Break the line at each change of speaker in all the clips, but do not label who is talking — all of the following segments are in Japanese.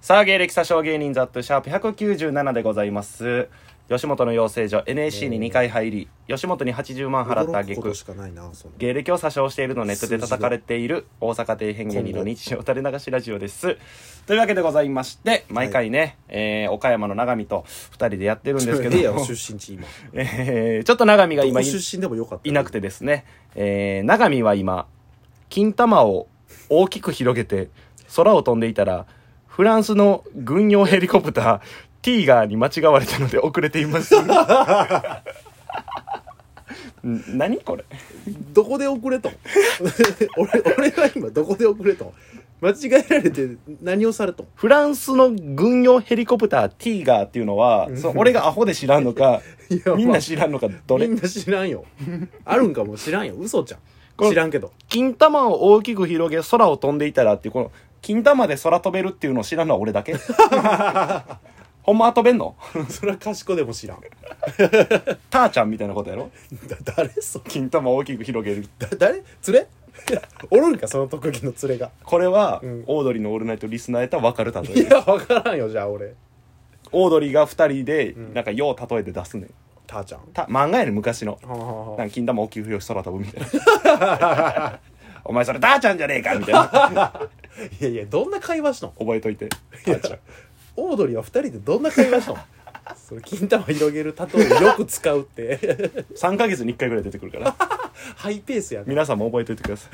さあ、芸歴詐称芸人ザットシャープ197でございます。吉本の養成所 NSC に2回入り、吉本に80万払った
驚
挙
くこと
句
しかないなその
芸歴を詐称しているのをネットで叩かれている大阪底辺芸人の日常垂れ流しラジオです。というわけでございまして、毎回ね、えー岡山の長見と2人でやってるんですけ
ええやろ
ど、
出身地今
えーちょっと長見が
ど
今
こ
い
出身でもよかった
いなくてですね、えー長見は今、金玉を大きく広げて空を飛んでいたら、フランスの軍用ヘリコプター、ティーガーに間違われたので遅れています。 ん何これ
どこで遅れと 俺俺は今どこで遅れと間違えられて何をされと
フランスの軍用ヘリコプターティーガーっていうのは、その俺がアホで知らんのか
いやま、あ
みんな知らんのか、どれ
みんな知らんよあるんかも知らんよ嘘じゃ
これ
ん知らんけど
金玉を大きく広げ空を飛んでいたらっていうこの金玉で空飛べるっていうのを知らんのは俺だけ ほんまは飛べんの
そりゃ賢でも知らんだ
ターちゃんみたいなことやろ
誰それ
金玉を大きく広げる
だ誰連れ おるんかその特技の連れが
これは、
ん
オードリーの「オールナイト」リスナーやったら分かる例
い
え
や分からんよじゃあ俺
オードリーが2人でなんかよう例えて出すねん
たーちゃんは
た漫画やねん昔の
あはあはあ
なんか金玉大きく広げ空飛ぶみたいな お前それターちゃんじゃねえかみたい な
いやいやどんな会話しの
覚えといて
い やオードリーは2人でどんな会話しのその金玉広げる例えをよく使うって
3ヶ月に1回ぐらい出てくるから
ハイペースやね
皆さんも覚えておいてく ださ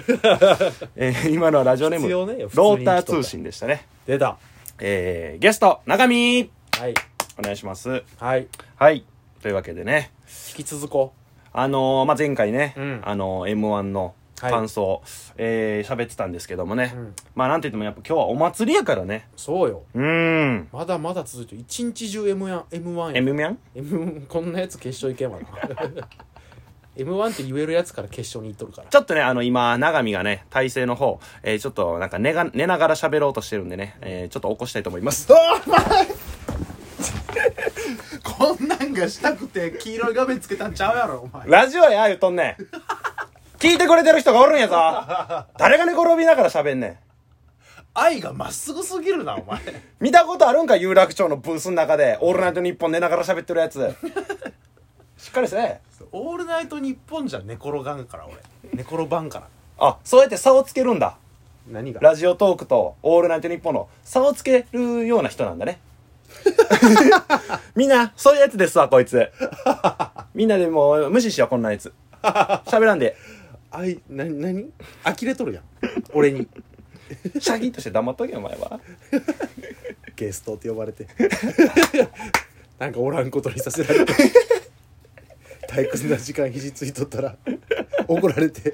い、えー今のはラジオネーム、
必要
ロ
ね普通に
ーター通信でしたね、
出た
えー、ゲスト中見
はい
お願いします
はい引
はいというわけでね
き続こ
あのーまあ、前回ね、
うん
あのー、m 1の
はい
感想、えー喋ってたんですけどもね、
ん
まあなんて言ってもやっぱ今日はお祭りやからね
うそうよ
うーん
まだまだ続いてる一日中 M1 や M1 や
M ミャン
M1 こんなやつ決勝いけんわな M1 って言えるやつから決勝に行っとるから
ちょっとねあの今永見がね体勢の方、えーちょっとなんか寝が寝ながら喋ろうとしてるんでね、えーちょっと起こしたいと思います
こんなんがしたくて黄色い画面つけたんちゃうやろお前
ラジオや言うとんねん。聞いてくれてる人がおるんやぞ。誰が寝転びながら喋んねん。
愛がまっすぐすぎるなお 前
見たことあるんか有楽町のブースの中で、オールナイトニッポン寝ながら喋ってるやつ。しっかりせえ。
オールナイトニッポンじゃ寝転がんから俺寝転ばんから
あ、そうやって差をつけるんだ。
何が
ラジオトークとオールナイトニッポンの差をつけるような人なんだね。みんな、そういうやつですわ、こいつ。みんなでもう無視しよう、こんなやつ。喋らんで。
あいな何呆れとるやん俺に
シャキッとして黙っとけ、お前は。
ゲストって呼ばれて なんかおらんことにさせられて退屈な時間肘ついとったら怒られて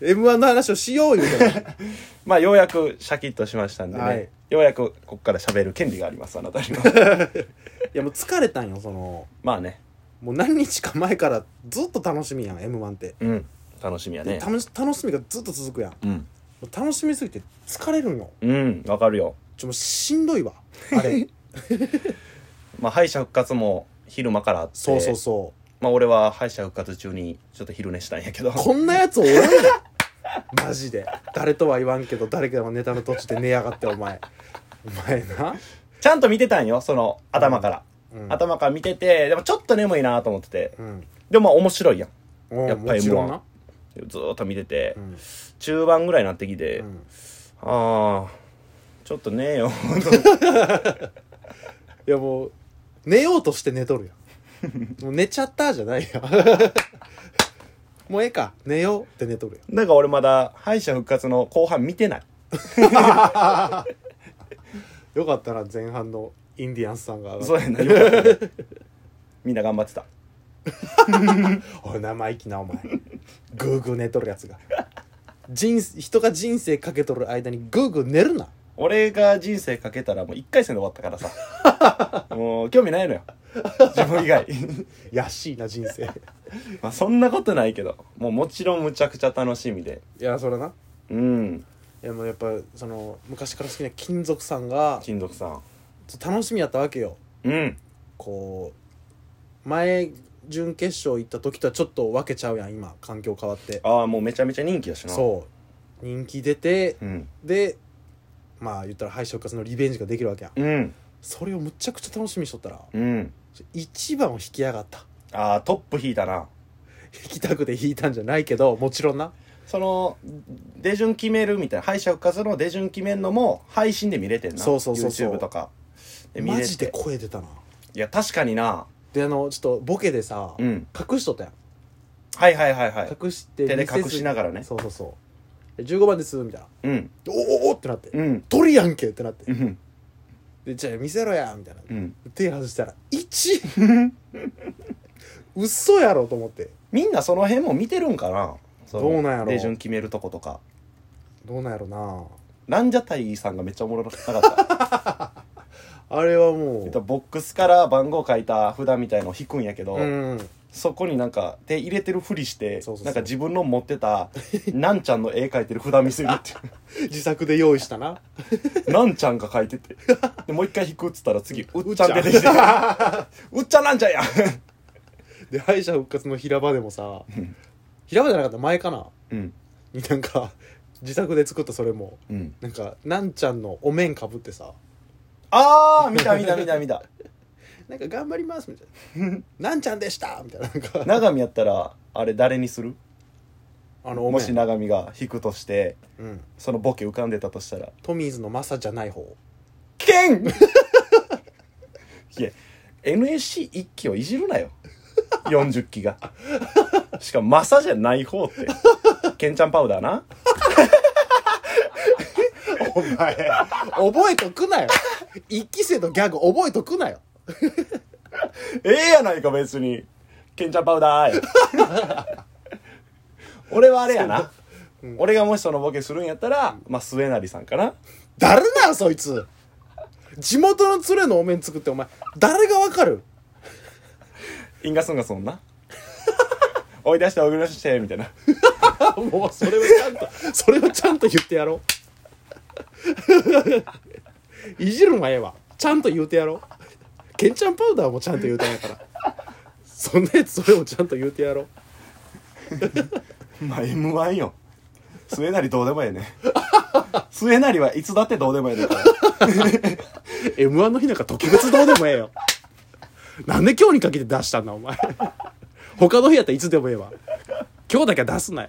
m 1の話をしよう言うたら
まあようやくシャキッとしましたんでね、
はい
ようやくここから喋る権利がありますあなたには
いやもう疲れたんよその
まあね
もう何日か前からずっと楽しみやん m 1って、
うん楽しみやね
楽し楽しみがずっと続くやんも
うん
う楽しみすぎて疲れるんよ
うんわかるよ
ちょもうしんどいわあれ
まあ敗者復活も昼間からあって
そうそうそう、
まあ俺は敗者復活中にちょっと昼寝したんやけど
こんなやつおらんよマジで誰とは言わんけど誰かのネタの途中で寝やがってお前お前な
ちゃんと見てたんよその頭から、
うん
頭から見ててでもちょっと眠いなと思ってて
うん
でもまあ面白いやん
おう
やっぱ
も
M1
ちろんな
ずーっと見てて、
ん
中盤ぐらいになってきて、
ん
ああちょっとねえよ
いやもう寝ようとして寝とるやんもう寝ちゃったじゃないやん もうええか寝ようって寝とるやん
なんか俺まだ敗者復活の後半見てない
よかったな前半のインディアンスさんが上がって
そうやな、よかった ねみんな頑張ってた。
おい生意気なお前グーグー寝とるやつが人人が人生かけとる間にグーグー寝るな
俺が人生かけたらもう1回戦で終わったからさ。 もう興味ないのよ。自分以外。
やっしいな人生い
まあそんなことないけど、もうもちろんむちゃくちゃ楽しみで。
やそれな
うん。
いやもうやっぱその昔から好きな金属さんが
金属さん。
楽しみやったわけよ
うん。
こう前準決勝行った時とはちょっと分けちゃうやん今環境変わって
ああ、もうめちゃめちゃ人気やしな。
そう人気出て
う。うん。
でまあ言ったら敗者復活のリベンジができるわけやん
うん
それをむちゃくちゃ楽しみにしとったら
うん
一番を引きやがった
ああトップ引いたな
引きたくて引いたんじゃないけどもちろんな
その出順決めるみたいな敗者復活の出順決めんのも配信で見れてんな
そうそうそうそう
YouTube とかで見れ
マ
て
ジで声出たない
や確かにな
であのちょっとボケでさ、
うん
隠しとったやん
はいはいはいはい
隠して
手で
見せず
隠しながらね
そうそうそうで15番ですみたいな
うん
でおおおってなって
うん
鳥やんけってなって
うん
でじゃあ見せろやみたいな
うん
手外したら1 嘘やろと思って
みんなその辺も見てるんかなその
どうなんやろ
手順決めるとことか
どうなんやろな
ランジャタイさんがめっちゃおもろなかった
あれは
え
も
っとボックスから番号書いた札みたいのを引くんやけど、
ううん
そこになんか手入れてるふりして
そうそうそう
なんか自分の持ってたなんちゃんの絵描いてる札見せるってい
自作で用意したな
うなんちゃんが描いててでもう一回引くっつったら次うっ ちゃん出てきて
で
うっちゃんなんちゃんや
で敗者復活の平場でもさ平場じゃなかった前かな
うん
になんか自作で作ったそれも
うん
なんかなんちゃんのお面かぶってさ
ああ見た見た見た見た
なんか頑張りますみたい ななんちゃんでしたみたいななんか
長見やったらあれ誰にする
あのお
も
面
し長見が引くとして
うん
そのボケ浮かんでたとしたら
トミーズのマサじゃない方
ケンいや NSC1 期をいじるなよ40期がしかもマサじゃない方ってケンちゃんパウダーな
お前覚えとくなよ一期生のギャグ覚えとくなよ
ええやないか別にケンちゃんパウダーや俺はあれやな、俺がもしそのボケするんやったら、まあ末成さんかな
誰なよそいつ地元の連れのお面作ってお前誰がわかる
インガソンガソンな 追い出して追い出してみたいな
あもうそれをちゃんとそれをちゃんと言ってやろういじるんはええわちゃんと言うてやろうケンちゃんパウダーもちゃんと言うてんやからそんなやつそれをちゃんと言うてやろう
まあ m 1よ末成どうでもええね末成はいつだってどうでもええねんから
m 1の日なんか特別どうでもええよなんで今日にかけて出したんだお前他の日やったらいつでもええわ今日だけは出すなよ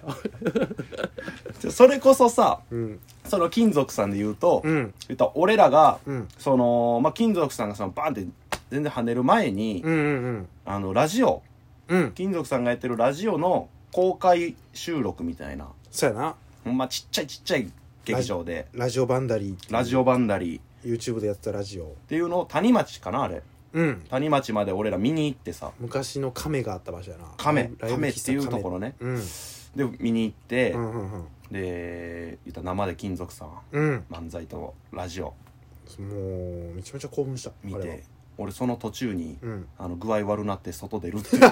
じゃそれこそさ、
うん
その金属さんで言うと、
うん
言ったら俺らが、
うん
その、まあ、金属さんがそのバンって全然跳ねる前に、
うんうん
あのラジオ
うんうん
金属さんがやってるラジオの公開収録みたいな
そうやな
ほんまちっちゃいちっちゃい劇場で
ラジオバンダリーっていう
ラジオバンダリーっ
YouTube でやってたラジオ
ていうのを谷町かなあれ
うん
谷町まで俺ら見に行ってさ
昔の亀があった場所やな
亀
ライブ
亀っ
喫茶
ていうところね
うん
で見に行って、
うんうんうん
で言ったら生で金属さん
うん
漫才とラジオ
もうめちゃめちゃ興奮した
見
あれは
て俺その途中に、
うん
あの具合悪なって外出るっていう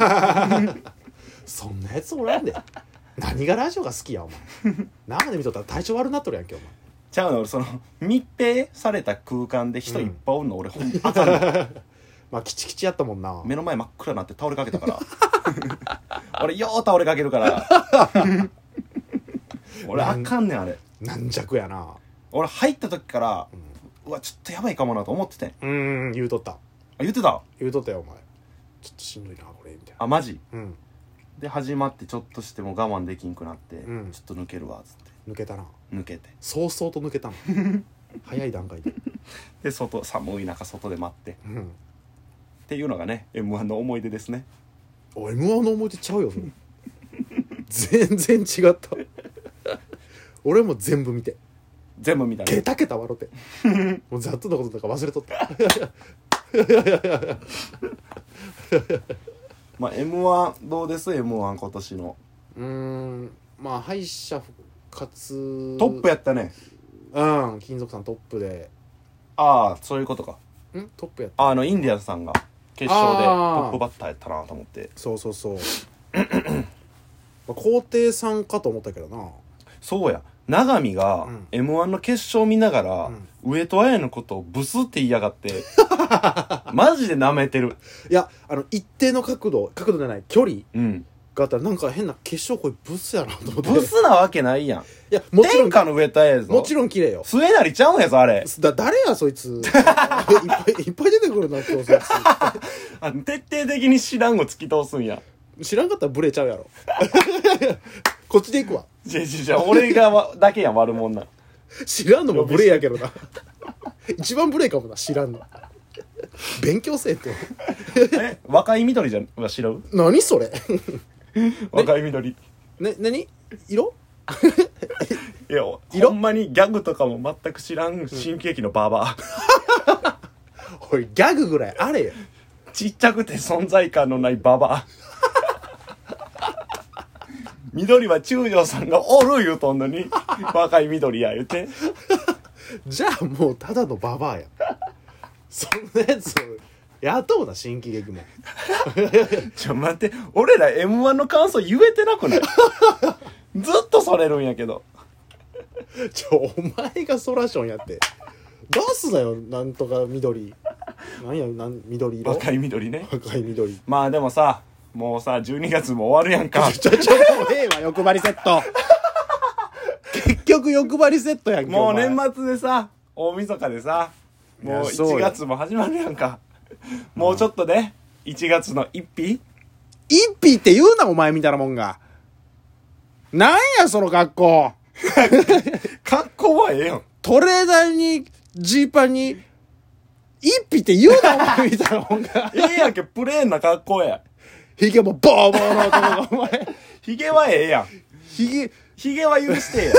そんなやつおらんで何がラジオが好きやお前生で見とったら体調悪なっとるやんけお前
ちゃうの俺その密閉された空間で人いっぱいおんの、俺ほん ま
まあキチキチやったもんな
目の前真っ暗になって倒れかけたから 俺よう倒れかけるから 俺あかんねんあれ
軟弱やな
俺入った時から、うわちょっとやばいかもなと思っててんあ
うんうん言うとった
言ってた
言うとったよお前ちょっとしんどいなこれみたいな
あマジ
うん
で始まってちょっとしても我慢できんくなって、
うん
ちょっと抜けるわっつっ
抜けたな
て抜けて
早々と抜けたの 早い段階で
で外寒い中外で待ってっ
うん
ていうのがね m 1の思い出ですね
お m 1の思い出ちゃうよそれ全然違った俺も全部見て
全部見た
ゲ
ね
タゲタ笑ってもうざっとのこととか忘れとった
まあ m 1どうです m 1今年の
うーんまあ敗者復活
トップやったね
うん金属さんトップで
ああそういうことか
んトップやった
ああのインディアンスさんが決勝でト
あー
ップバッターやったなと思って
そうそうそう まあ皇帝さんかと思ったけどな
そうや永見が
うん
m 1の決勝見ながら、
うん
上戸彩のことをブスって言いやがって マジで舐めてる
いやあの一定の角度角度じゃない距離
うん
があったらなんか変な化粧濃いブスやなと思って
ブスなわけないやん。
いやもちろ
天
ん
下の上田やぞ。
もちろん綺麗よ
末なりちゃうんやぞ、あれ。
だ誰やそい ついっぱいいっぱい出てくるな今日そい
あ徹底的に知らんを突き通すんや。
つ知らんかったらブレちゃうやろ こっちで行くわ
じゃじゃじゃ俺がわだけやん、悪者なん。
知らんのも無礼やけどな一番無礼かもな知らんの勉強せえって
え若い緑じゃん、は知らん
何それ
若い緑。
ね何色
いや、ほんまにギャグとかも全く知らん新喜劇のババア。
おいギャグぐらいあれよ
ちっちゃくて存在感のないババア。 緑は中条さんがおる言うとんのに、若い緑や言うて。
じゃあもうただのババアやそんなやつ雇うな新喜劇も
ちょ、待って、俺ら M1 の感想言えてなくないずっとそれるんやけど。
ちょお前がソラションやって出すなよなんとか緑なんやなん緑色
若い緑ね。
赤い緑
まあでもさ、もうさ、12月も終わるやんか。
ちょちょもうええわ欲張りセット結局欲張りセットやんけ
も
お
う
前
年末でさ、大晦日でさ、もう
いやそう
1
よ
月も始まるやんか。もうちょっとね、1月の一日
一匹って言うなお前みたいなもんがなんやその格好
格好はええやん。
トレーダーにジーパンに一匹って言うなお前みたいなもんが
ええやんけ、プレーンな格好や。
ヒゲもボーボーの男がお前
ヒゲはええやん。
ヒゲ
ヒゲは許してや。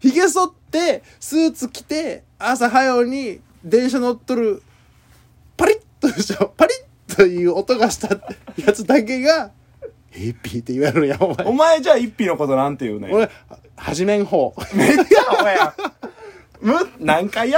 ひげ剃ってスーツ着て朝早うに電車乗っとるパリッとしたパリッという音がしたやつだけが「ヘッピー」って言われるんやお前
お前じゃあ一匹のことなんて言うねん。
俺はじめん方
めっちゃアホやん。む、何回や